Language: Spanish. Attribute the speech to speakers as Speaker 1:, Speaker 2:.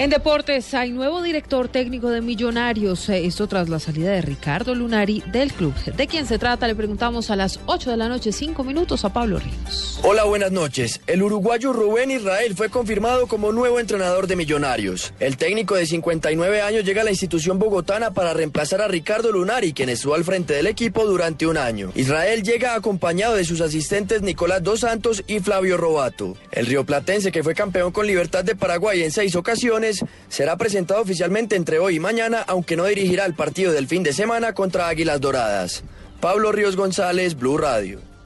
Speaker 1: En deportes hay nuevo director técnico de Millonarios, eh, esto tras la salida de Ricardo Lunari del club. ¿De quién se trata? Le preguntamos a las 8 de la noche, 5 minutos a Pablo Ríos.
Speaker 2: Hola, buenas noches. El uruguayo Rubén Israel fue confirmado como nuevo entrenador de Millonarios. El técnico de 59 años llega a la institución bogotana para reemplazar a Ricardo Lunari, quien estuvo al frente del equipo durante un año. Israel llega acompañado de sus asistentes Nicolás Dos Santos y Flavio Robato. El rioplatense, que fue campeón con Libertad de Paraguay en seis ocasiones, será presentado oficialmente entre hoy y mañana, aunque no dirigirá el partido del fin de semana contra Águilas Doradas. Pablo Ríos González, Blue Radio.